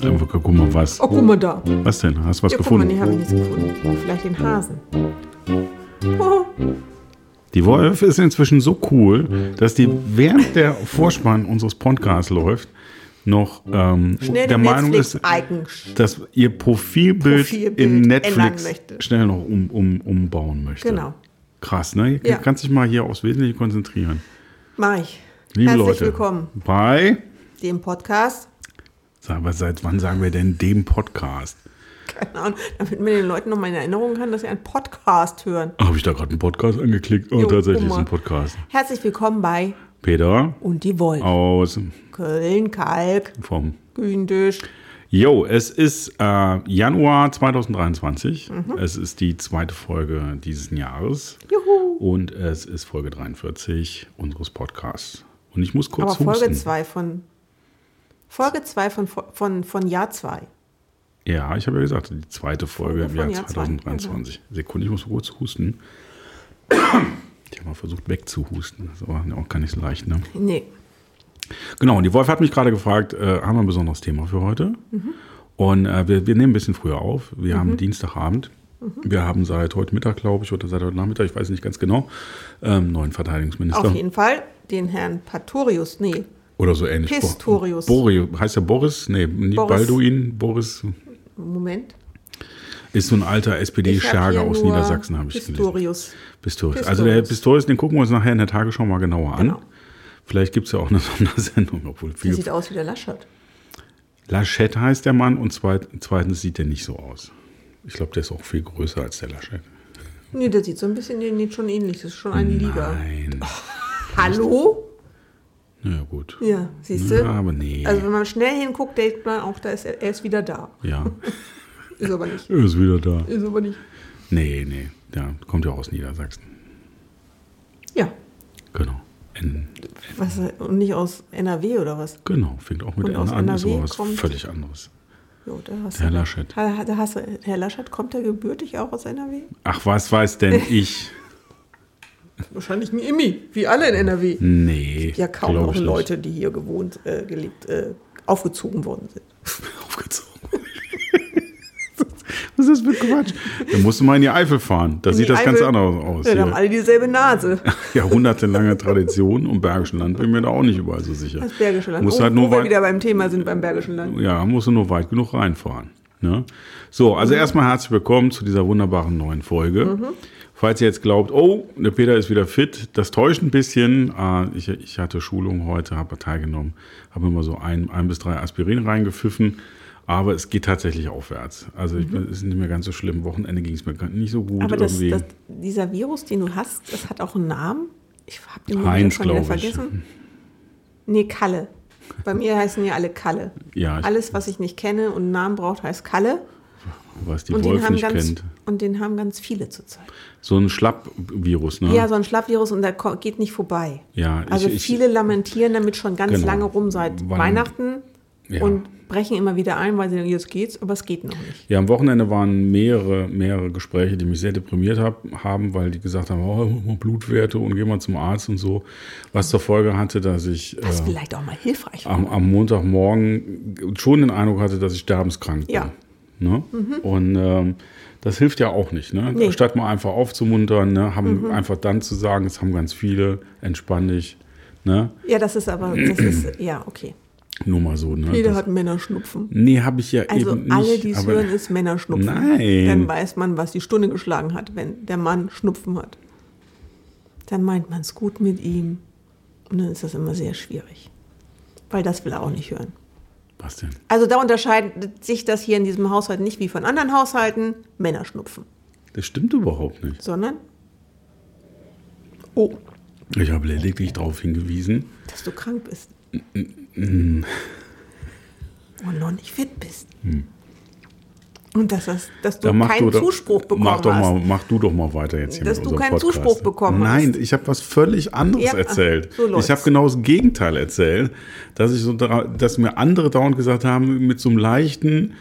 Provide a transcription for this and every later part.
Ja, aber guck mal, was. Oh, guck mal da. Was denn? Hast du was Ja, guck mal, gefunden? nee, habe ich nichts gefunden. Vielleicht den Hasen. Oh, Die Wolf ist inzwischen so cool, dass die während der Vorspann unseres Podcasts läuft, noch ähm, schnell der den Meinung ist, Netflix-Icon. dass ihr Profilbild, Profilbild in ändern Netflix möchte. schnell noch um, um, umbauen möchte. Genau. Krass, ne? Ihr Ja. kannst dich mal hier aufs Wesentliche konzentrieren. Mach ich. Liebe Herzlich Leute, willkommen bei, dem Podcast. Sag, aber seit wann sagen wir denn dem Podcast? Keine Ahnung, damit man den Leuten nochmal in Erinnerung kann, dass sie einen Podcast hören. Habe ich da gerade einen Podcast angeklickt? Oh, Jo, tatsächlich guck ist ein mal. Podcast. Herzlich willkommen bei Peter Und die Wolf. aus Köln, Kalk, vom Gündisch. Jo, es ist äh, Januar 2023. Mhm. Es ist die zweite Folge dieses Jahres. Juhu. Und es ist Folge 43 unseres Podcasts. Und ich muss Aber kurz Folge husten. 2 von. Folge 2 von, von, von Jahr 2. Ja, ich habe ja gesagt, die zweite Folge im Folge Jahr von Jahr also. 2023. Sekunde, ich muss kurz husten. Ich habe mal versucht wegzuhusten. Das war auch gar nicht so leicht. Ne? Nee. Genau, und die Wolf hat mich gerade gefragt, äh, haben wir ein besonderes Thema für heute? Und äh, wir, wir nehmen ein bisschen früher auf. Wir Mhm. haben Dienstagabend. Wir haben seit heute Mittag, glaube ich, oder seit heute Nachmittag, ich weiß nicht ganz genau, ähm, neuen Auf Verteidigungsminister jeden Fall den Herrn Patorius. Nee. oder so ähnlich. Bo- Pistorius. Borio, heißt er Boris? Nee, nicht Boris. Balduin. Boris Moment. ist so ein alter hab SPD-Schager hier aus nur Niedersachsen, habe ich gelesen. Pistorius. Pistorius. Pistorius. Also der Pistorius, den gucken wir uns nachher in der Tagesschau mal genauer an. Genau. Vielleicht gibt es ja auch eine Sondersendung, obwohl Der viele sieht aus wie der Laschet. Laschet heißt der Mann und zweit, zweitens sieht der nicht so aus. Ich glaube, der ist auch viel größer als der Laschet. Nee, der sieht so ein bisschen nee, nee, schon ähnlich. Das ist schon eine Liga. Nein. Hallo? Na ja, gut. Ja, siehst du? Ja, aber nee. Also wenn man schnell hinguckt, denkt man auch, da ist er, er ist wieder da. ja, Ist aber nicht. er ist wieder da. Ist aber nicht. Nee, nee. Der kommt ja auch aus Niedersachsen. Ja. Genau. N Was, und nicht aus NRW oder was? genau, fängt auch mit Und N aus an, ist NRW aber was kommt- völlig anderes. Jo, da hast Herr du- Laschet. Ha- Da hast du, Herr Laschet, kommt er gebürtig auch aus NRW? Ach, was weiß denn ich? Wahrscheinlich ein Immi, wie alle in NRW. Nee. Ja, kaum glaub noch ich nicht. Leute, die hier gewohnt, äh, gelebt, äh, aufgezogen worden sind. Aufgezogen. Was ist das für Quatsch? Da musst du mal in die Eifel fahren. Da In sieht die das ganz Eifel- anders aus. Ja, hier. da haben alle dieselbe Nase. jahrhundertelange Tradition und Bergischen Land bin ich mir da auch nicht überall so sicher. Das Bergische Land. Musst Oh, halt wo nur wir wieder weit, beim Thema sind beim Bergischen Land. ja, musst du nur weit genug reinfahren. Ne? So, also Mhm. erstmal herzlich willkommen zu dieser wunderbaren neuen Folge. Falls ihr jetzt glaubt, oh, der Peter ist wieder fit, das täuscht ein bisschen. Äh, ich, ich hatte Schulung heute, habe teilgenommen, habe immer so ein, ein bis drei Aspirin reingepfiffen. Aber es geht tatsächlich aufwärts. Also ich bin, es ist nicht mehr ganz so schlimm. Wochenende ging es mir gar nicht so gut Mhm. Aber das, irgendwie. das, dieser Virus, den du hast, das hat auch einen Namen. Ich habe den Heinz, schon wieder glaub ich. vergessen. Nee, Kalle. Bei mir heißen ja alle Kalle. ja, ich, Alles, was ich nicht kenne und einen Namen braucht, heißt Kalle. was die Und den, Wolf haben nicht ganz, kennt. und den haben ganz viele zurzeit. So ein Schlappvirus, ne? Ja, so ein Schlappvirus und der ko- geht nicht vorbei. Ja, ich- also ich- viele lamentieren damit schon ganz Genau. lange rum seit Wann- Weihnachten Ja. und brechen immer wieder ein, weil sie denken, jetzt geht's, aber es geht noch nicht. Ja, am Wochenende waren mehrere, mehrere Gespräche, die mich sehr deprimiert hab, haben, weil die gesagt haben, oh, mach mal Blutwerte und geh mal zum Arzt und so. Was zur Folge hatte, dass ich Was äh, vielleicht auch mal hilfreich war. am, am Montagmorgen schon den Eindruck hatte, dass ich sterbenskrank bin. Ja. Mhm. Ne? Und ähm, das hilft ja auch nicht. Ne? Nee. Mhm. Statt mal einfach aufzumuntern, ne? haben einfach dann zu sagen, es haben ganz viele, entspann dich. Ne? Ja, das ist aber, das ist, ja, okay. Nur mal so. Ne? Jeder Das- hat Männerschnupfen. nee, habe ich ja Also eben nicht. alle, die es aber- hören, ist Männerschnupfen. Nein. Dann weiß man, was die Stunde geschlagen hat, wenn der Mann Schnupfen hat. Dann meint man es gut mit ihm. Und dann ist das immer sehr schwierig. Weil das will er auch nicht hören. Was denn? Also da unterscheidet sich das hier in diesem Haushalt nicht wie von anderen Haushalten. Männerschnupfen. Das stimmt überhaupt nicht. Sondern. Oh, Ich habe lediglich darauf hingewiesen. dass du krank bist. Mm, Und noch nicht fit bist. Und dass, das, dass du Hm. Dann mach keinen du doch- Zuspruch bekommen mach doch hast. Mal, mach du doch mal weiter jetzt hier Dass mit du unserem keinen Podcast. Zuspruch bekommen hast. Nein, ich habe was völlig anderes Ja, erzählt. so läuft's. ich habe genau das Gegenteil erzählt, dass ich so, dra- dass mir andere dauernd gesagt haben mit so einem leichten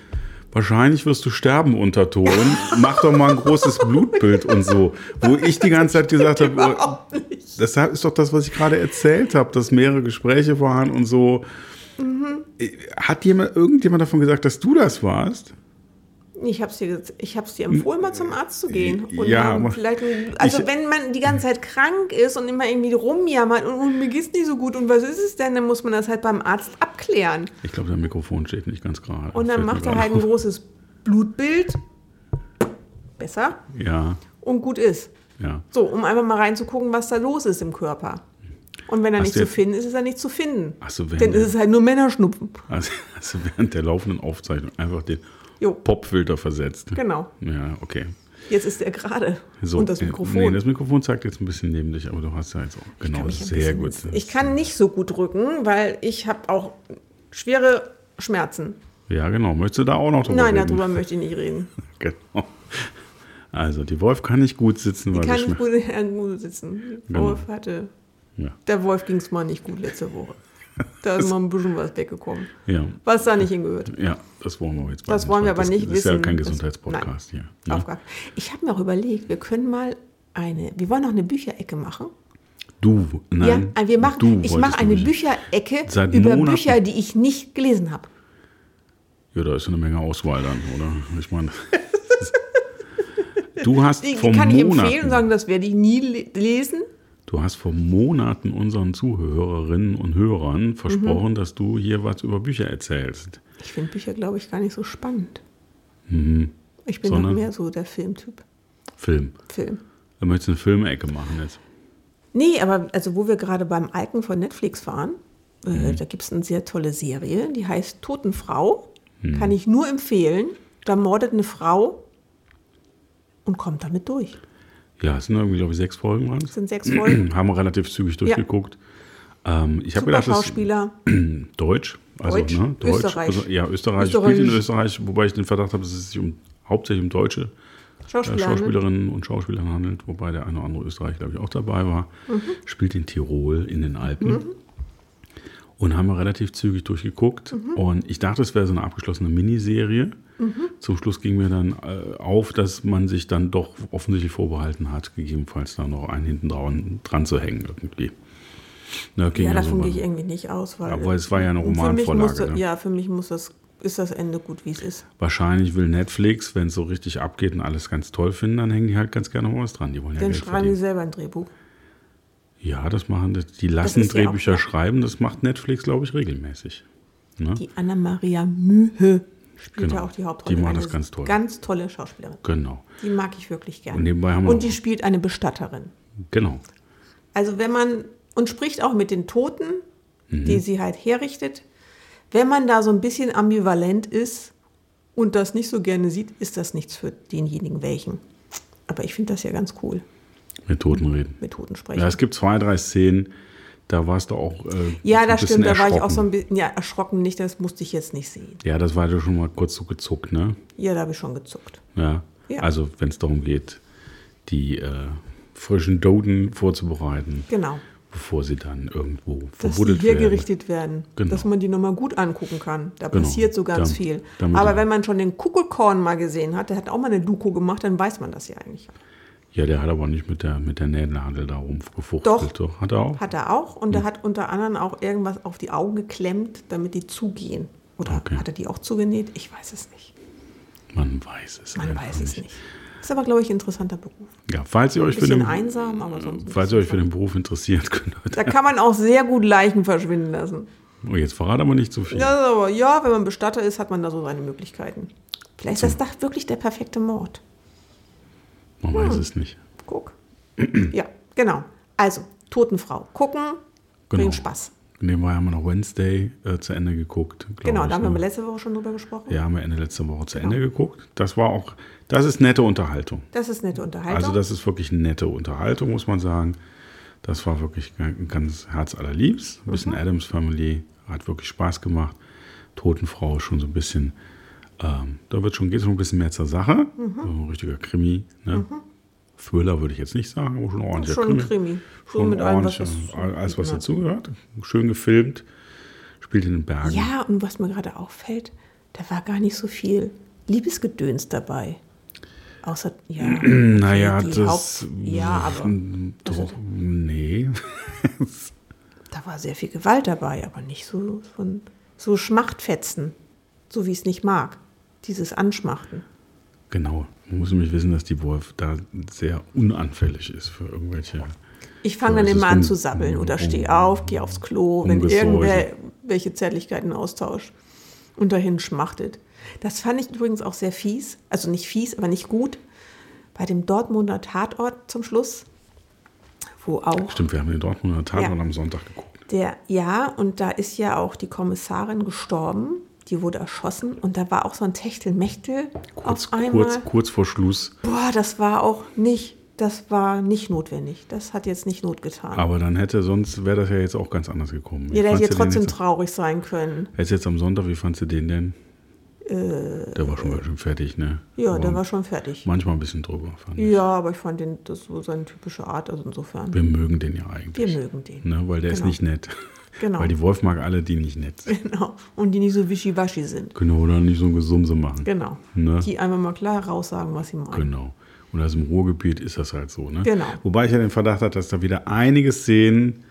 Wahrscheinlich wirst du sterben Unterton. Mach doch mal ein großes Blutbild und so. Wo ich die ganze Zeit gesagt Genau. habe, Überhaupt nicht. das ist doch das, was ich gerade erzählt habe, dass mehrere Gespräche waren und so. Mhm. Hat jemand, irgendjemand davon gesagt, dass du das warst? Ich habe es dir, gez- ich hab's dir empfohlen, mal zum Arzt zu gehen. Und Ja, dann aber vielleicht, also ich- wenn man die ganze Zeit krank ist und immer irgendwie rumjammert und, und mir geht's nicht so gut und was ist es denn, dann muss man das halt beim Arzt abklären. Ich glaube, dein Mikrofon steht nicht ganz gerade. Und dann Fällt mir macht er gerade halt ein auf. großes Blutbild. Besser. Ja, Und gut ist. ja. So, um einfach mal reinzugucken, was da los ist im Körper. Und wenn er Hast nicht du zu jetzt- finden ist, ist er nicht zu finden. Ach so, wenn Dann der- ist es halt nur Männerschnupfen. Also, also während der laufenden Aufzeichnung einfach den Jo. Popfilter versetzt. Genau. Ja, okay. Jetzt ist er gerade. So, Und das äh, Mikrofon. Nee, das Mikrofon zeigt jetzt ein bisschen neben dich, aber du hast ja jetzt auch. Genau, mich ein sehr bisschen- gut. Ich kann nicht so gut rücken, weil ich habe auch schwere Schmerzen. ja, genau. Möchtest du da auch noch drüber Nein, reden? darüber möchte ich nicht reden. Genau. Also, die Wolf kann nicht gut sitzen, Ich weil kann sie nicht schmerzt. gut in der Muse sitzen. Genau. Wolf hatte, Ja. der Wolf ging es mal nicht gut letzte Woche. Da ist mal ein bisschen was weggekommen. ja. Was da nicht hingehört. Ja, das wollen wir jetzt Das wollen wir aber das, nicht Das ist ja wissen. kein Das- Gesundheitspodcast hier. ne? Auf gar keinen- Ich habe mir auch überlegt, wir können mal eine, wir wollen noch eine Bücherecke machen. Du, nein. ja, äh, wir machen, du ich wolltest mache eine nicht. Bücherecke Seit über Monaten. Bücher, die ich nicht gelesen habe. Ja, da ist ja eine Menge Auswahl dann, oder? Ich meine. du hast Die vor kann ich empfehlen und Monaten, sagen, das werde ich nie le- lesen. du hast vor Monaten unseren Zuhörerinnen und Hörern Mhm. versprochen, dass du hier was über Bücher erzählst. Ich finde Bücher, glaube ich, gar nicht so spannend. Ich bin Mhm. Sondern? noch mehr so der Filmtyp. Film. Film. Du möchtest eine Filmecke machen jetzt. Nee, aber also wo wir gerade beim Alken von Netflix waren, Mhm. äh, da gibt es eine sehr tolle Serie, die heißt Totenfrau. Mhm. Kann ich nur empfehlen. Da mordet eine Frau und kommt damit durch. Ja, es sind irgendwie, glaube ich, sechs Folgen waren Das sind sechs Folgen. Haben wir relativ zügig durchgeguckt. Ähm, ich Super habe gedacht, das, Schauspieler. Deutsch, also Deutsch, ne, Deutsch, Österreich. Also, ja, Österreich, Österreichisch. spielt in Österreich, wobei ich den Verdacht habe, dass es sich um, hauptsächlich um deutsche äh, Schauspieler. ne? Schauspielerinnen und Schauspieler handelt, wobei der eine oder andere Österreicher, glaube ich, auch dabei war. Mhm. Spielt in Tirol in den Alpen. Und haben wir relativ zügig durchgeguckt. Mhm. Und ich dachte, es wäre so eine abgeschlossene Miniserie. Zum Schluss ging mir dann äh, auf, dass man sich dann doch offensichtlich vorbehalten hat, gegebenenfalls da noch einen hinten dran, dran zu hängen irgendwie. Na, ging Ja, ja so davon mal- gehe ich irgendwie nicht aus, weil. Aber es war ja eine Für mich Romanvorlage, muss das, ne? Ja, für mich muss das, ist das Ende gut, wie es ist. Wahrscheinlich will Netflix, wenn es so richtig abgeht und alles ganz toll finden, dann hängen die halt ganz gerne mal was dran. Die wollen ja Dann Geld schreiben die verdienen. selber ein Drehbuch. Ja, das machen das, die lassen ist ja auch- Drehbücher schreiben. Das macht Netflix, glaube ich, regelmäßig. Ne? Die Anna-Maria Mühe spielt Genau. ja auch die Hauptrolle. Die macht Eine das ganz toll. Ganz tolle Schauspielerin. Genau, Die mag ich wirklich gerne. Und nebenbei haben wir Und noch- die spielt eine Bestatterin. genau. Also wenn man, und spricht auch mit den Toten, Mhm. die sie halt herrichtet. Wenn man da so ein bisschen ambivalent ist und das nicht so gerne sieht, ist das nichts für denjenigen welchen. Aber ich finde das ja ganz cool, Mit Toten reden. mit Toten sprechen. Ja, es gibt zwei, drei Szenen, da warst du auch. Äh, Ja, ein das bisschen stimmt. Da war ich auch so erschrocken. ein bisschen ja, erschrocken. Nicht, das musste ich jetzt nicht sehen. Ja, das war ja schon mal kurz so gezuckt, ne? Ja, da habe ich schon gezuckt. Ja. Ja. Also, wenn es darum geht, die äh, frischen Doden vorzubereiten, Genau. bevor sie dann irgendwo Dass die verbuddelt hier werden. gerichtet werden. Genau. Dass man die nochmal gut angucken kann. Da Genau. passiert so ganz Dam- viel. damit- Aber wenn man schon den Kuckelkorn mal gesehen hat, der hat auch mal eine Doku gemacht, dann weiß man das ja eigentlich. Ja, der hat aber nicht mit der, mit der Nähnadel da rumgefuchtelt. Doch. Hat er auch? Hat er auch. Und er hat unter anderem auch irgendwas auf die Augen geklemmt, damit die zugehen. Oder Okay. hat er die auch zugenäht? Ich weiß es nicht. Man weiß es Man einfach weiß es nicht. Ist aber, glaube ich, ein interessanter Beruf. Ja, falls ihr euch Ein für bisschen den, Hm, einsam, aber sonst. falls ihr euch für den Beruf interessiert, könnt ihr Da kann man auch sehr gut Leichen verschwinden lassen. Oh, jetzt verrate aber nicht zu viel. Ja, aber ja, wenn man Bestatter ist, hat man da so seine Möglichkeiten. Vielleicht ist das doch wirklich der perfekte Mord. Man weiß es nicht. Guck. ja, genau. Also, Totenfrau. Gucken, Genau. bringt Spaß. Nebenbei haben wir noch Wednesday äh, zu Ende geguckt. glaub Genau, ich, da haben ne? wir letzte Woche Genau. schon drüber gesprochen. Ja, haben wir Ende letzter Woche zu Ende geguckt. Das war auch, das ist nette Unterhaltung. Das ist nette Unterhaltung. Also das ist wirklich nette Unterhaltung, muss man sagen. Das war wirklich ga- ganz herzallerliebst. Mhm. Ein bisschen Adams Family hat wirklich Spaß gemacht. Totenfrau ist schon so ein bisschen Ähm, da wird schon, geht schon ein bisschen mehr zur Sache. Mhm. So ein richtiger Krimi. Ne? Thriller würde ich jetzt nicht sagen, aber schon ordentlich. Schon ein Krimi. So mit allem, was das so alles, was bieten hat. dazugehört. Schön gefilmt. Spielt in den Bergen. Ja, und was mir gerade auffällt, da war gar nicht so viel Liebesgedöns dabei. Außer, ja. Naja, die das. Haupt- ja, aber Doch, nee. da war sehr viel Gewalt dabei, aber nicht so von so Schmachtfetzen, so wie ich es nicht mag. Dieses Anschmachten. genau. Man muss nämlich wissen, dass die Wolf da sehr unanfällig ist für irgendwelche. Ich fange Ja, dann Also es ist immer an un- zu sabbeln oder un- stehe auf, gehe aufs Klo, wenn ungesäuert. irgendwer welche Zärtlichkeiten austauscht und dahin schmachtet. Das fand ich übrigens auch sehr fies, also nicht fies, aber nicht gut, bei dem Dortmunder Tatort zum Schluss, wo auch Stimmt, wir haben den Dortmunder Tatort Ja. am Sonntag geguckt. Der, ja, und da ist ja auch die Kommissarin gestorben. Die wurde erschossen und da war auch so ein Techtelmechtel Kurz, auf einmal. kurz, kurz vor Schluss. Boah, das war auch nicht, das war nicht notwendig. Das hat jetzt nicht Not getan. Aber dann hätte sonst, wäre das ja jetzt auch ganz anders gekommen. ja, der fandst hätte den trotzdem jetzt, traurig sein können. jetzt, jetzt am Sonntag, wie fandst du den denn? der war schon ganz schön fertig, ne? Äh, Ja, Aber der war schon fertig. Manchmal ein bisschen drüber, fand ich. Ja, aber ich fand den, das so seine typische Art, also insofern. Wir mögen den ja eigentlich. Wir mögen den. Ne, weil der ist Genau. nicht nett. Genau. Weil die Wolf mag alle, die nicht nett sind. Genau. Und die nicht so wischiwaschi sind. Können wir dann nicht so ein Gesumse machen. Genau. Ne? Die einfach mal klar raussagen, was sie meinen. Genau. Und also im Ruhrgebiet ist das halt so. Ne? Genau. Wobei ich ja den Verdacht hatte, dass da wieder einige Szenen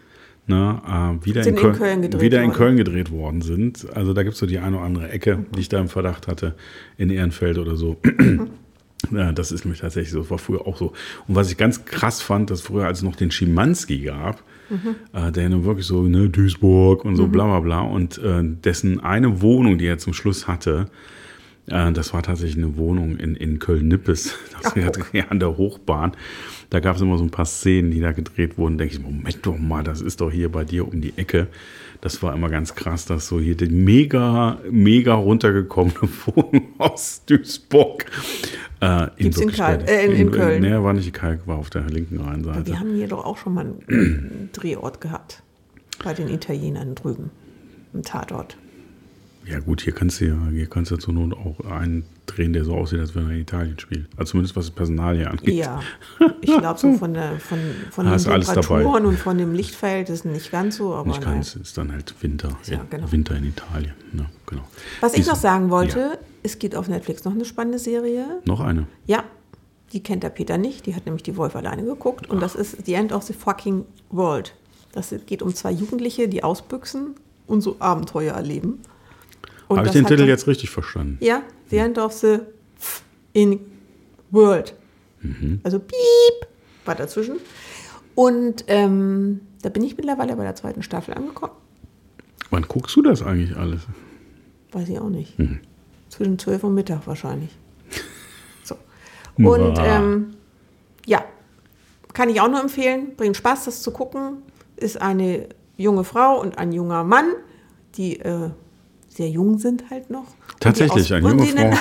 ne, äh, wieder, Sind in Köln, in Köln gedreht wieder in worden. Köln gedreht worden sind. Also da gibt es so die eine oder andere Ecke, die ich da im Verdacht hatte, in Ehrenfeld oder so. Ja, das ist nämlich tatsächlich so, das war früher auch so. Und was ich ganz krass fand, dass früher, als es noch den Schimanski gab, Mhm. äh, der nun wirklich so, ne, Duisburg und so, bla bla bla, und äh, dessen eine Wohnung, die er zum Schluss hatte, äh, das war tatsächlich eine Wohnung in, in Köln-Nippes, das war ja, an der Hochbahn. Da gab es immer so ein paar Szenen, die da gedreht wurden. Denke ich, Moment doch mal, das ist doch hier bei dir um die Ecke. Das war immer ganz krass, dass so hier die mega, mega runtergekommene Wohnung aus Duisburg. Äh, Gibt's in Kalk- Wirklichkeit- äh, in- in Köln. Nee, war nicht in Kalk, war auf der linken Rheinseite. Wir haben hier doch auch schon mal einen Drehort gehabt. Bei den Italienern drüben. Im Tatort. Ja gut, hier kannst du ja, hier kannst du ja zur Not auch einen drehen, der so aussieht, als wenn er in Italien spielt. Also zumindest was das Personal hier angeht. Ja. Ich glaube, so von, der, von, von Da den ist alles dabei. Temperaturen und von dem Lichtfeld ist nicht ganz so, aber Nicht naja. ganz, ist dann halt Winter. Ja, in- genau. Winter in Italien. Ja, genau. Was ich Diese- noch sagen wollte, Ja. es gibt auf Netflix noch eine spannende Serie. Noch eine. Ja, die kennt der Peter nicht. Die hat nämlich die Wolf alleine geguckt. Und das ist The End of the Fucking World. Das geht um zwei Jugendliche, die ausbüchsen und so Abenteuer erleben. Und Habe ich das den hat Titel dann- jetzt richtig verstanden? Ja, the end of the f- in world. Mhm. Also piep, war dazwischen. Und ähm, da bin ich mittlerweile bei der zweiten Staffel angekommen. Wann guckst du das eigentlich alles? Weiß ich auch nicht. Mhm. Zwischen 12 und Mittag wahrscheinlich. So. Und Wow. ähm, ja, kann ich auch nur empfehlen. Bringt Spaß, das zu gucken. Ist eine junge Frau und ein junger Mann, die äh, sehr jung sind halt noch. Und die aus- Tatsächlich, eine und junge die in- Frau.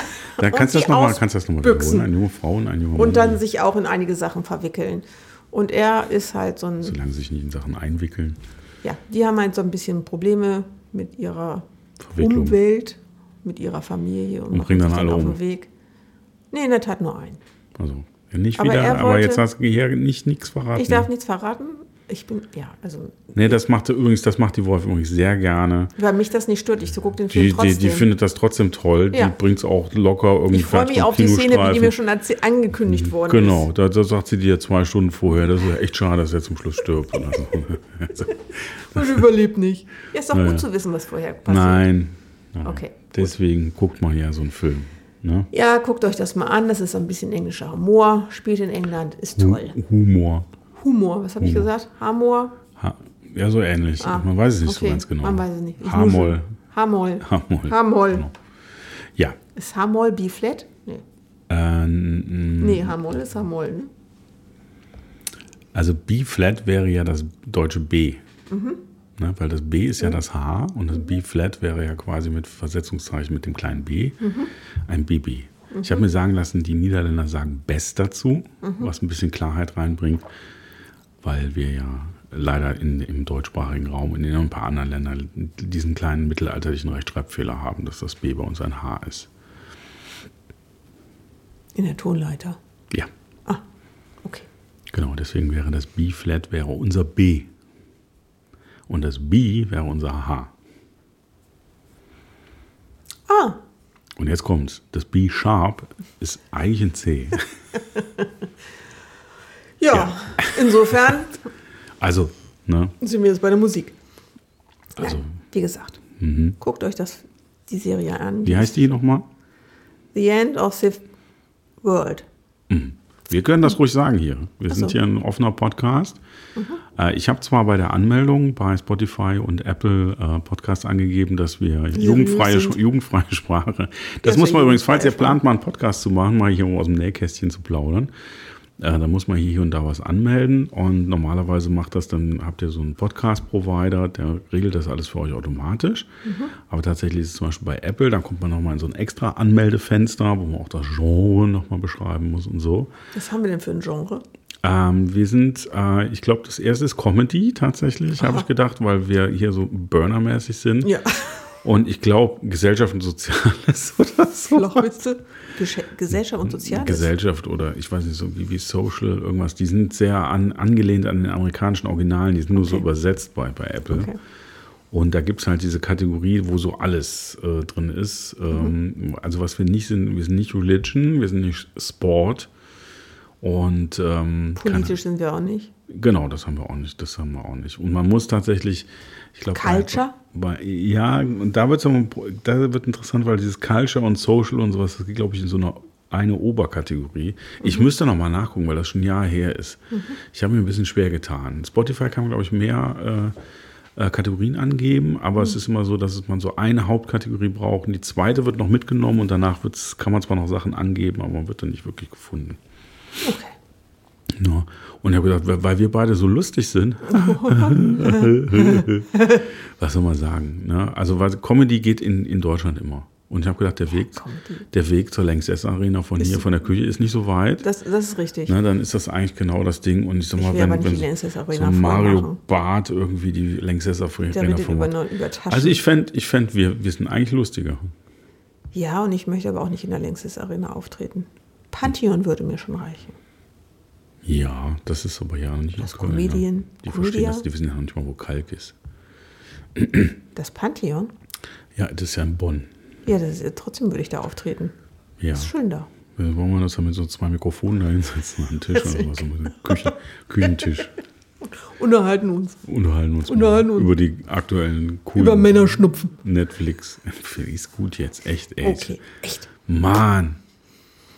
Da und kannst du das die nochmal aus- noch mal Mhm. büchsen. wiederholen. Eine junge Frau und ein junger Mann. Und dann sich auch in einige Sachen verwickeln. Und er ist halt so ein, Solange sie sich nicht in Sachen einwickeln. ja, die haben halt so ein bisschen Probleme mit ihrer Verwicklung. Umwelt, mit ihrer Familie und, machen bringen sich dann alle auf um. den Weg. Nee, in der Tat nur einen. Also, ja, nicht Aber wieder, er aber wollte- jetzt hast du hier nicht nichts verraten. Ich darf nichts verraten. Ich bin, ja, also, nee, das macht er übrigens, das macht die Wolf übrigens sehr gerne. weil mich das nicht stört, ich gucke den Film Die, die, trotzdem. die findet das trotzdem toll. Ja. Die bringt es auch locker irgendwie ich freue mich zum auf die Szene, wie die Kinostreifen. mir schon erzäh- angekündigt worden Genau, ist. da, da sagt sie dir zwei Stunden vorher, das ist ja echt schade, dass er zum Schluss stirbt. Also, Oder so. Und überlebt nicht. Ja, ist doch Naja. gut zu wissen, was vorher passiert. Nein. Nein. Okay, gut. Deswegen guckt man ja so einen Film. Ne? Ja, guckt euch das mal an. Das ist ein bisschen englischer Humor. Spielt in England, ist toll. Hu- Humor. Humor, was habe ich gesagt? Hamor? Ha ja, so ähnlich. man weiß es nicht so ganz genau. Ah, Man weiß es nicht. Ich Hamol. nuschel. Hamol. Hamol. Hamol. Genau. Ja. Ist Hamol B-Flat? Nee. Ähm, nee, Hamol ist Hamol. Ne? also B-Flat wäre ja das deutsche B. Ne, weil das B ist ja das H und das B-Flat wäre ja quasi mit Versetzungszeichen mit dem kleinen B ein BB. Ich habe mir sagen lassen, die Niederländer sagen Best dazu, was ein bisschen Klarheit reinbringt, weil wir ja leider in, im deutschsprachigen Raum, in den ein paar anderen Ländern diesen kleinen mittelalterlichen Rechtschreibfehler haben, dass das B bei uns ein H ist. In der Tonleiter. Ja, Ah, okay. genau. Deswegen wäre das B-Flat wäre unser B. Und das B wäre unser H. Ah, Und jetzt kommt's. Das B-Sharp ist eigentlich ein C. ja. Ja. Insofern Also, ne? sind wir jetzt bei der Musik. Also, Mhm. Wie gesagt, guckt euch das, die Serie an. wie heißt die nochmal? The End of the World. Wir können das ruhig sagen hier. Wir sind so. Mhm. hier ein offener Podcast. Äh, Ich habe zwar bei der Anmeldung bei Spotify und Apple äh, Podcasts angegeben, dass wir jugendfreie, sind. Sch- jugendfreie Sprache. Das Ja, muss so man übrigens, jugendfreie falls ihr Sprache. plant, mal einen Podcast zu machen, mal hier um aus dem Nähkästchen zu plaudern. Äh, Da muss man hier und da was anmelden und normalerweise macht das dann, habt ihr so einen Podcast-Provider, der regelt das alles für euch automatisch. Mhm. Aber tatsächlich ist es zum Beispiel bei Apple, da kommt man nochmal in so ein extra Anmeldefenster, wo man auch das Genre nochmal beschreiben muss und so. Was haben wir denn für ein Genre? Ähm, wir sind, äh, ich glaube, das erste ist Comedy tatsächlich, habe ich gedacht, weil wir hier so burnermäßig sind. Ja, Und ich glaube, Gesellschaft und Soziales oder so. Lochwitze, Gesche- Gesellschaft und Soziales. Gesellschaft oder ich weiß nicht, so wie, wie Social, irgendwas. Die sind sehr an, angelehnt an den amerikanischen Originalen, die sind nur so Okay. übersetzt bei, bei Apple. Okay. Und da gibt es halt diese Kategorie, wo so alles äh, drin ist. Ähm, Also was wir nicht sind, wir sind nicht Religion, wir sind nicht Sport und ähm, keine- Politisch sind wir auch nicht. Genau, das haben wir auch nicht. Das haben wir auch nicht. Und man muss tatsächlich, ich glaube, Culture? Bei, bei, ja, und da wird da wird interessant, weil dieses Culture und Social und sowas, das geht, glaube ich, in so eine, eine Oberkategorie. Ich müsste nochmal nachgucken, weil das schon ein Jahr her ist. Ich habe mir ein bisschen schwer getan. Spotify kann man, glaube ich, mehr äh, äh, Kategorien angeben, aber es ist immer so, dass es- man so eine Hauptkategorie braucht und die zweite wird noch mitgenommen und danach wird's, kann man zwar noch Sachen angeben, aber man wird dann nicht wirklich gefunden. Okay. Ja. Und ich habe gedacht, weil- weil wir beide so lustig sind, was soll man sagen? Ne? Also weil Comedy geht in, in Deutschland immer. Und ich habe gedacht, der Weg, Comedy. der Weg zur Längsess Arena von hier, von der Küche, ist nicht so weit. Das, das ist richtig. Ne, dann ist das eigentlich genau das Ding. Und ich sag mal, will wenn, aber nicht wenn die Längsess Arena so Mario vormachen. Barth irgendwie die Längsess Arena Der redet über, vormacht. eine- über Taschen. Also ich fände, ich fänd, wir, wir sind eigentlich lustiger. ja, und ich möchte aber auch nicht in der Längstes Arena auftreten. Pantheon würde mir schon reichen. Ja, das ist aber ja nicht Das in Köln, ne? Comedian, Die verstehen Comedia. das, die wissen ja noch nicht mal, wo Kalk ist. Das Pantheon? Ja, das ist ja in Bonn. Ja, das ist, trotzdem würde ich da auftreten. Ja. Ist schön da. Dann Äh, wollen wir das dann mit so zwei Mikrofonen da hinsetzen am Tisch oder was? Mit dem Küchen, Küchentisch. Unterhalten uns Unterhalten uns, mal Unterhalten uns. über die aktuellen coolen über Männerschnupfen. Netflix. Ist gut jetzt, echt, echt. Okay, echt. Mann.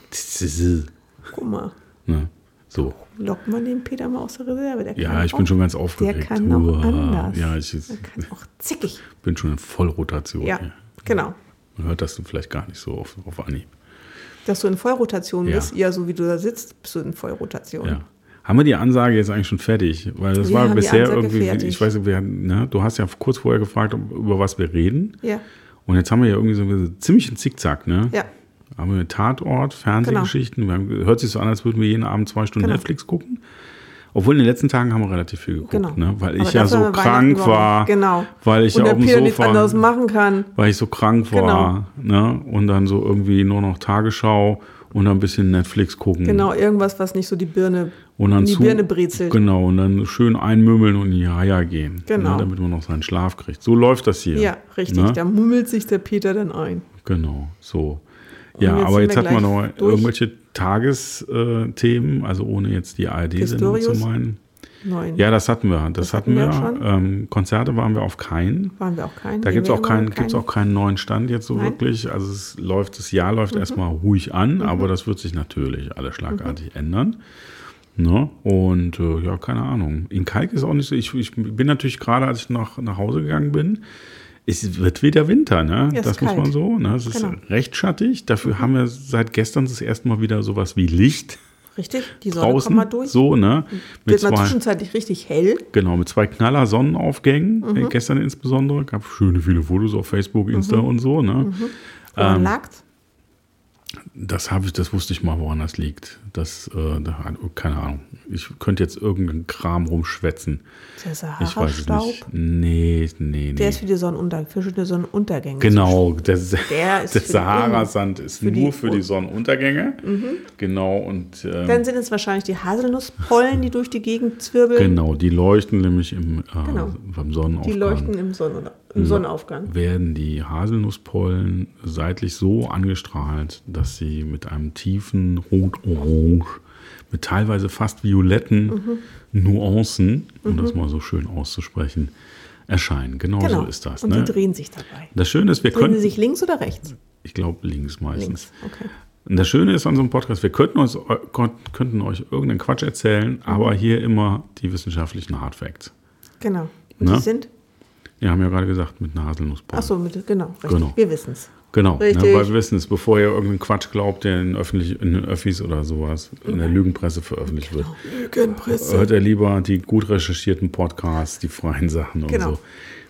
Das ist- Guck mal. Ne? So. Locken wir den Peter mal aus der Reserve. Der Ja, kann ich auch, bin schon ganz Der aufgeregt. kann noch Uah. anders. Ja, ich jetzt Der kann auch zickig. bin schon in Vollrotation. Ja, hier. genau. Man hört das dann vielleicht gar nicht so auf, auf Anhieb. Dass du in Vollrotation Ja. bist. Ja, so wie du da sitzt, bist du in Vollrotation. Ja. Haben wir die Ansage jetzt eigentlich schon fertig? Weil das Wir haben die war bisher Ansage irgendwie, fertig. ich weiß nicht, wir hatten, ne? du hast ja kurz vorher gefragt, ob, über was wir reden. Ja. Und jetzt haben wir ja irgendwie so einen ziemlichen Zickzack, ne? Ja. Haben wir Tatort, Fernsehgeschichten. Wir haben, hört sich so an, als würden wir jeden Abend zwei Stunden Genau. Netflix gucken. Obwohl in den letzten Tagen haben wir relativ viel geguckt, Genau. ne? Weil ich Aber ja dafür so haben wir krank Weihnachten war. Genau. Weil ich Und ja der auf dem Peter nichts anderes Sofa, Hm. machen kann. weil ich so krank war, Genau. ne? Und dann so irgendwie nur noch Tagesschau und dann ein bisschen Netflix gucken. Genau, irgendwas, was nicht so die Birne, Und dann in die zu, Birne brezelt. Genau, und dann schön einmümmeln und in die Haia gehen. Genau. Ne, damit man noch seinen Schlaf kriegt. So läuft das hier. Ja, richtig. Ne? Da mummelt sich der Peter dann ein. Genau, so. Ja, jetzt aber sind jetzt wir hat gleich man noch durch. irgendwelche Tagesthemen, also ohne jetzt die ARD-Sendung zu Pistorius? meinen. Neun. Ja, das hatten wir. Das, hatten hatten wir wir. schon. Ähm, Konzerte waren wir auf keinen. Waren wir auch keinen. Da Nehmen gibt es wir auch, immer keinen, gibt's auch keinen neuen Stand jetzt so Nein. Mhm. wirklich. Also es läuft, das Jahr läuft erstmal ruhig an, aber das wird sich natürlich alle schlagartig Mhm. ändern. Ne? Und äh, ja, keine Ahnung. In Kalk ist auch nicht so. Ich, ich bin natürlich gerade, als ich nach, nach Hause gegangen bin, es wird wieder Winter, ne? Ja, ist das muss man kalt. so. Ne? Es ist Genau. Mhm. recht schattig. Dafür haben wir seit gestern das erste Mal wieder sowas wie Licht Richtig, die Sonne kommt draußen. mal durch. Mhm. So, ne? Wird mal zwischenzeitlich richtig hell. Genau, mit zwei Knaller Sonnenaufgängen, äh, Mhm. gestern insbesondere. Gab schöne viele Fotos auf Facebook, Insta und so. Ne? Mhm. Woran lag's? Ähm, Das habe ich, das wusste ich mal, woran das liegt. Das, äh, da, keine Ahnung. Ich könnte jetzt irgendeinen Kram rumschwätzen. Der Ich weiß es Sahara-Staub. nicht. Nee, nee, nee, Der ist für die Sonnenuntergänge, für schöne Sonnenuntergänge. Genau, das, Der der ist für die- Sahara-Sand ist die- Mhm. nur für die Sonnenuntergänge. Genau, und ähm, Dann sind es wahrscheinlich die Haselnusspollen, die durch die Gegend zwirbeln. genau, die leuchten nämlich im, äh, Genau. beim Sonnenaufgang. Die leuchten im, Sonnen im Sonnenaufgang. werden die Haselnusspollen seitlich so angestrahlt, dass sie mit einem tiefen Rot-Orange, mit teilweise fast violetten Mhm. Nuancen, um das mal so schön auszusprechen, erscheinen. Genau, Genau. so ist das. Und Ne? die drehen sich dabei. Das Schöne ist, wir Drehen sie können, sich links oder rechts? ich glaube links meistens. Links. Okay. Und das Schöne ist an so einem Podcast, wir könnten, uns, könnten euch irgendeinen Quatsch Mhm. erzählen, aber hier immer die wissenschaftlichen Hardfacts. Genau. Und Na? die sind? Wir haben ja gerade gesagt, mit einer Haselnussbohne. Achso, genau, richtig. Genau. Wir wissen es. Genau, ne, Richtig. weil wir wissen es, bevor ihr irgendeinen Quatsch glaubt, der in, öffentlich, in den Öffis oder sowas, in der Lügenpresse veröffentlicht Genau, wird, Lügenpresse. hört ihr lieber die gut recherchierten Podcasts, die freien Sachen und Genau. so.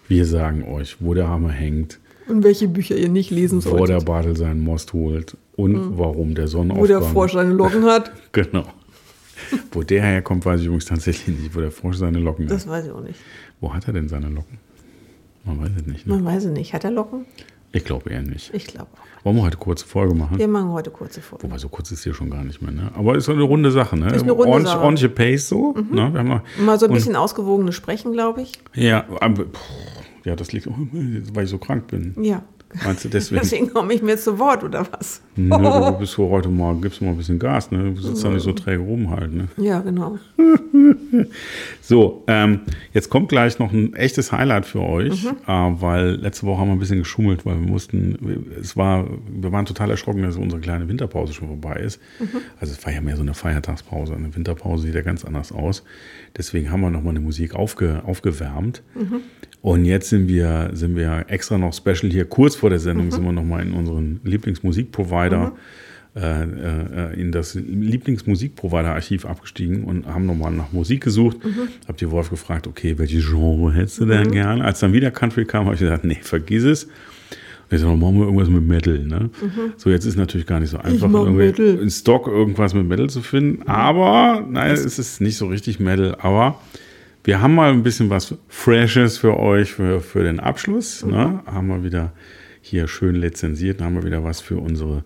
Wir sagen euch, wo der Hammer hängt, Und welche Bücher ihr nicht lesen Äh, wo der solltet. Bartel seinen Most holt und warum der Mhm. Wo der Sonnenaufgang... Frosch seine Locken hat. Genau. wo der herkommt, weiß ich übrigens tatsächlich nicht, wo der Frosch seine Locken hat. Das weiß ich auch nicht. Wo hat er denn seine Locken? Man weiß es nicht, ne? Man weiß es nicht. Hat er Locken? Ich glaube eher nicht. Ich glaube auch. Wollen wir heute kurze Folge machen? Wir machen heute kurze Folge. Wobei, so kurz ist hier schon gar nicht mehr, ne? Aber ist so eine runde Sache, ne? Ist eine runde ordentlich, Sache. Mhm. ordentliche Pace so. Ne? Wir haben noch, Mal so ein und- bisschen ausgewogenes Sprechen, glaube ich. Ja, aber, puh, ja, das liegt, weil ich so krank bin. Ja. Meinst du deswegen? Deswegen komme ich mir jetzt zu Wort, oder was? Nö, du bist so heute mal, gibst du mal ein bisschen Gas, ne? Du sitzt da nicht so träge rum halt, ne? Ja, genau. So, ähm, jetzt kommt gleich noch ein echtes Highlight für euch, äh, weil letzte Woche haben wir ein bisschen geschummelt, weil wir mussten, wir- es war, wir waren total erschrocken, dass unsere kleine Winterpause schon vorbei ist. Also es war ja mehr so eine Feiertagspause, eine Winterpause sieht ja ganz anders aus. Deswegen haben wir nochmal eine Musik aufge, aufgewärmt. Und jetzt sind wir, sind wir extra noch special hier, kurz vor der Sendung sind wir nochmal in unseren Lieblingsmusikprovider äh, äh, in das Lieblingsmusikprovider-Archiv abgestiegen und haben nochmal nach Musik gesucht. Hab die Wolf gefragt, okay, welche Genre hättest du denn gern? Als dann wieder Country kam, habe ich gesagt, nee, vergiss es. Und ich sag, machen wir irgendwas mit Metal. Ne? So, jetzt ist natürlich gar nicht so einfach, mag irgendwie Metal. in Stock irgendwas mit Metal zu finden. Aber, nein, es ist nicht so richtig Metal. Aber wir haben mal ein bisschen was Freshes für euch für, für den Abschluss. Ne? Mhm. Haben wir wieder hier schön lizenziert. Haben wir wieder was für unsere,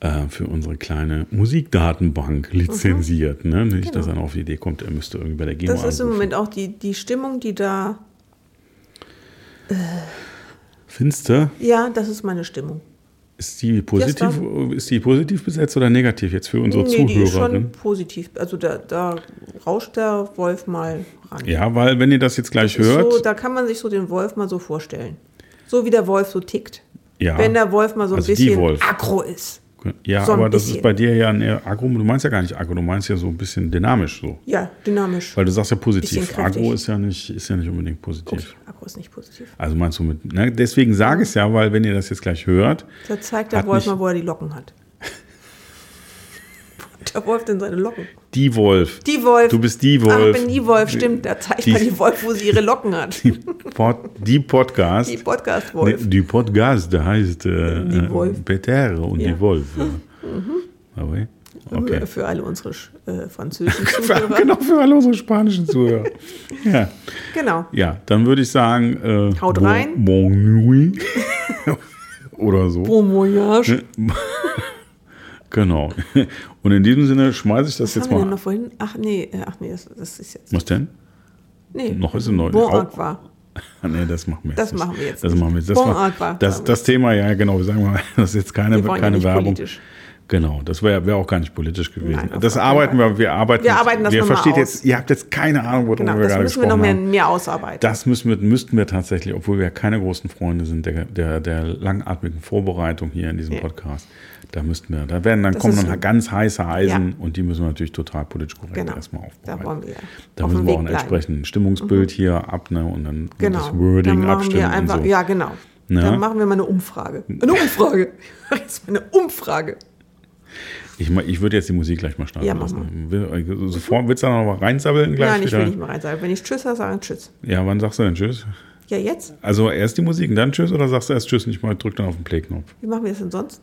äh, für unsere kleine Mhm. Musikdatenbank lizenziert. Ne? Nicht, dass er noch auf die Idee kommt, er müsste irgendwie bei der GEMA Genau. Das ist im anrufen. Moment auch die, die Stimmung, die da. Finster, Ja, das ist meine Stimmung. ist die, positiv, äh, ist die positiv besetzt oder negativ jetzt für unsere die ist schon Zuhörerinnen? positiv. Also da, da rauscht der Wolf mal ran. Ja, weil wenn ihr das jetzt gleich Ist hört, So, da kann man sich so den Wolf mal so vorstellen. So wie der Wolf so tickt. Ja. Wenn der Wolf mal so ein Also die bisschen Wolf. aggro ist. ja, so ein aber das bisschen. ist bei dir ja ein eher Agro, du meinst ja gar nicht Agro, du meinst ja so ein bisschen dynamisch so. Ja, dynamisch. Weil du sagst ja Bisschen positiv. kräftig. Agro ist ja nicht, ist ja nicht unbedingt positiv. Okay, aggro ist nicht positiv. Also meinst du mit. Ne? Deswegen sage ich es ja, weil wenn ihr das jetzt gleich hört. Da zeigt der Hat Wolf mich- mal, wo er die Locken hat. Wo hat der Wolf denn seine Locken? Die Wolf. Die Wolf. Du bist die Ach, ich Wolf. bin die Wolf, stimmt. Da zeigt Die- mal die Wolf, wo sie ihre Locken hat. Die, Pod, die Podcast. Die Die, Podcast-Wolf. die Podcast, der heißt äh, Die äh, Wolf. Peter und Ja. Mhm. die Wolf. Ja. Okay. okay. Für alle unsere sch- äh, französischen Zuhörer. genau für alle unsere spanischen Zuhörer. ja. Genau. ja, dann würde ich sagen. Äh, Haut bon, rein. Bon nuit. Oder so. Bon voyage. Hm, Genau. Und in diesem Sinne schmeiße ich das Was jetzt haben wir denn mal. noch vorhin? Ach nee, äh, ach nee, das, das ist jetzt. Was denn? Nee. Noch ist es neu. Bon Au. Aqua. Ah, nee, das machen wir jetzt. Das nicht. machen wir jetzt Das nicht. machen wir jetzt. Das, Bon war, Aqua, das, sagen das Thema, ja, genau. Wir sagen mal, das ist jetzt keine, Wir wollen ja keine nicht Werbung. politisch. Genau, das wäre wär auch gar nicht politisch gewesen. Nein, auf das gar keinen arbeiten wir, wir arbeiten. Wir arbeiten das Ihr noch mal versteht aus. jetzt, ihr habt jetzt keine Ahnung, worüber Genau, wir das gerade müssen wir noch gesprochen mehr, haben. mehr ausarbeiten. Das müssen wir, müssten wir tatsächlich, obwohl wir keine großen Freunde sind der, der, der langatmigen Vorbereitung hier in diesem Ja. Podcast. Da müssten wir, da werden dann Das kommen ist dann so. ganz heiße Eisen Ja. und die müssen wir natürlich total politisch korrekt Genau. erstmal Da aufbereiten. wollen wir. Da auf müssen dem wir Weg auch bleiben. ein Mhm. entsprechendes Stimmungsbild hier ab ne, und dann genau. das Wording Dann machen abstimmen Wir einfach, und so. Ja, genau. Na? Dann machen wir mal eine Umfrage. Eine Umfrage. Jetzt mal eine Umfrage. Ich, ma- ich würde jetzt die Musik gleich mal starten Ja, mach lassen. Will- äh, Sofort, willst du da noch mal reinsabbeln gleich Nein, ich wieder? will nicht mehr rein sagen. Wenn ich Tschüss sage, sagen Tschüss. Ja, wann sagst du denn Tschüss? Ja, jetzt? Also erst die Musik und dann Tschüss oder sagst du erst Tschüss und ich mal drück dann auf den Play-Knopf? Wie machen wir das denn sonst?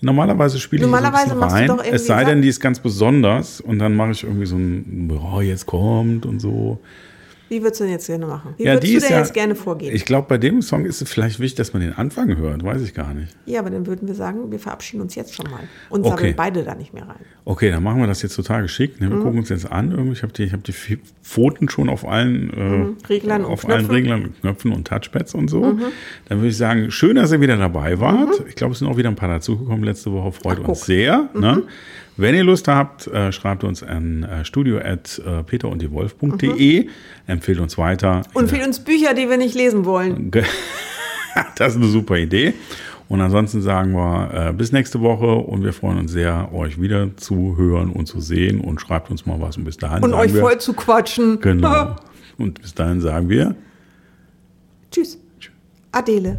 Normalerweise spiele ich Normalerweise so ein bisschen machst du rein, doch irgendwie es sei denn, Sachen- die ist ganz besonders und dann mache ich irgendwie so ein, oh, jetzt kommt und so. Wie würdest du denn jetzt gerne machen? Wie Ja, würdest die du ist denn ja- jetzt gerne vorgehen? Ich glaube, bei dem Song ist es vielleicht wichtig, dass man den Anfang hört. Weiß ich gar nicht. ja, aber dann würden wir sagen, wir verabschieden uns jetzt schon mal und Okay. sammeln beide da nicht mehr rein. Okay, dann machen wir das jetzt total geschickt. Mhm. Ne? Wir gucken uns jetzt an. Irgendwie, Ich habe die, ich hab die F- Pfoten schon auf allen äh, Mhm. Reglern und auf allen Knöpfen. Mhm. Reglern und Knöpfen und Touchpads und so. Dann würde ich sagen, schön, dass ihr wieder dabei wart. Ich glaube, es sind auch wieder ein paar dazugekommen letzte Woche. Freut Ach, uns guck. Mhm. sehr. Ne? Wenn ihr Lust habt, äh, schreibt uns an äh, studio at äh, peterunddiewolf.de. Empfehlt uns weiter. Mhm. Und fehlen uns Bücher, die wir nicht lesen wollen. Ge- Das ist eine super Idee. Und ansonsten sagen wir äh, bis nächste Woche und wir freuen uns sehr, euch wieder zu hören und zu sehen und schreibt uns mal was und bis dahin Und sagen euch Ah. wir, voll zu quatschen. Genau. Und bis dahin sagen wir Tschüss. Adele.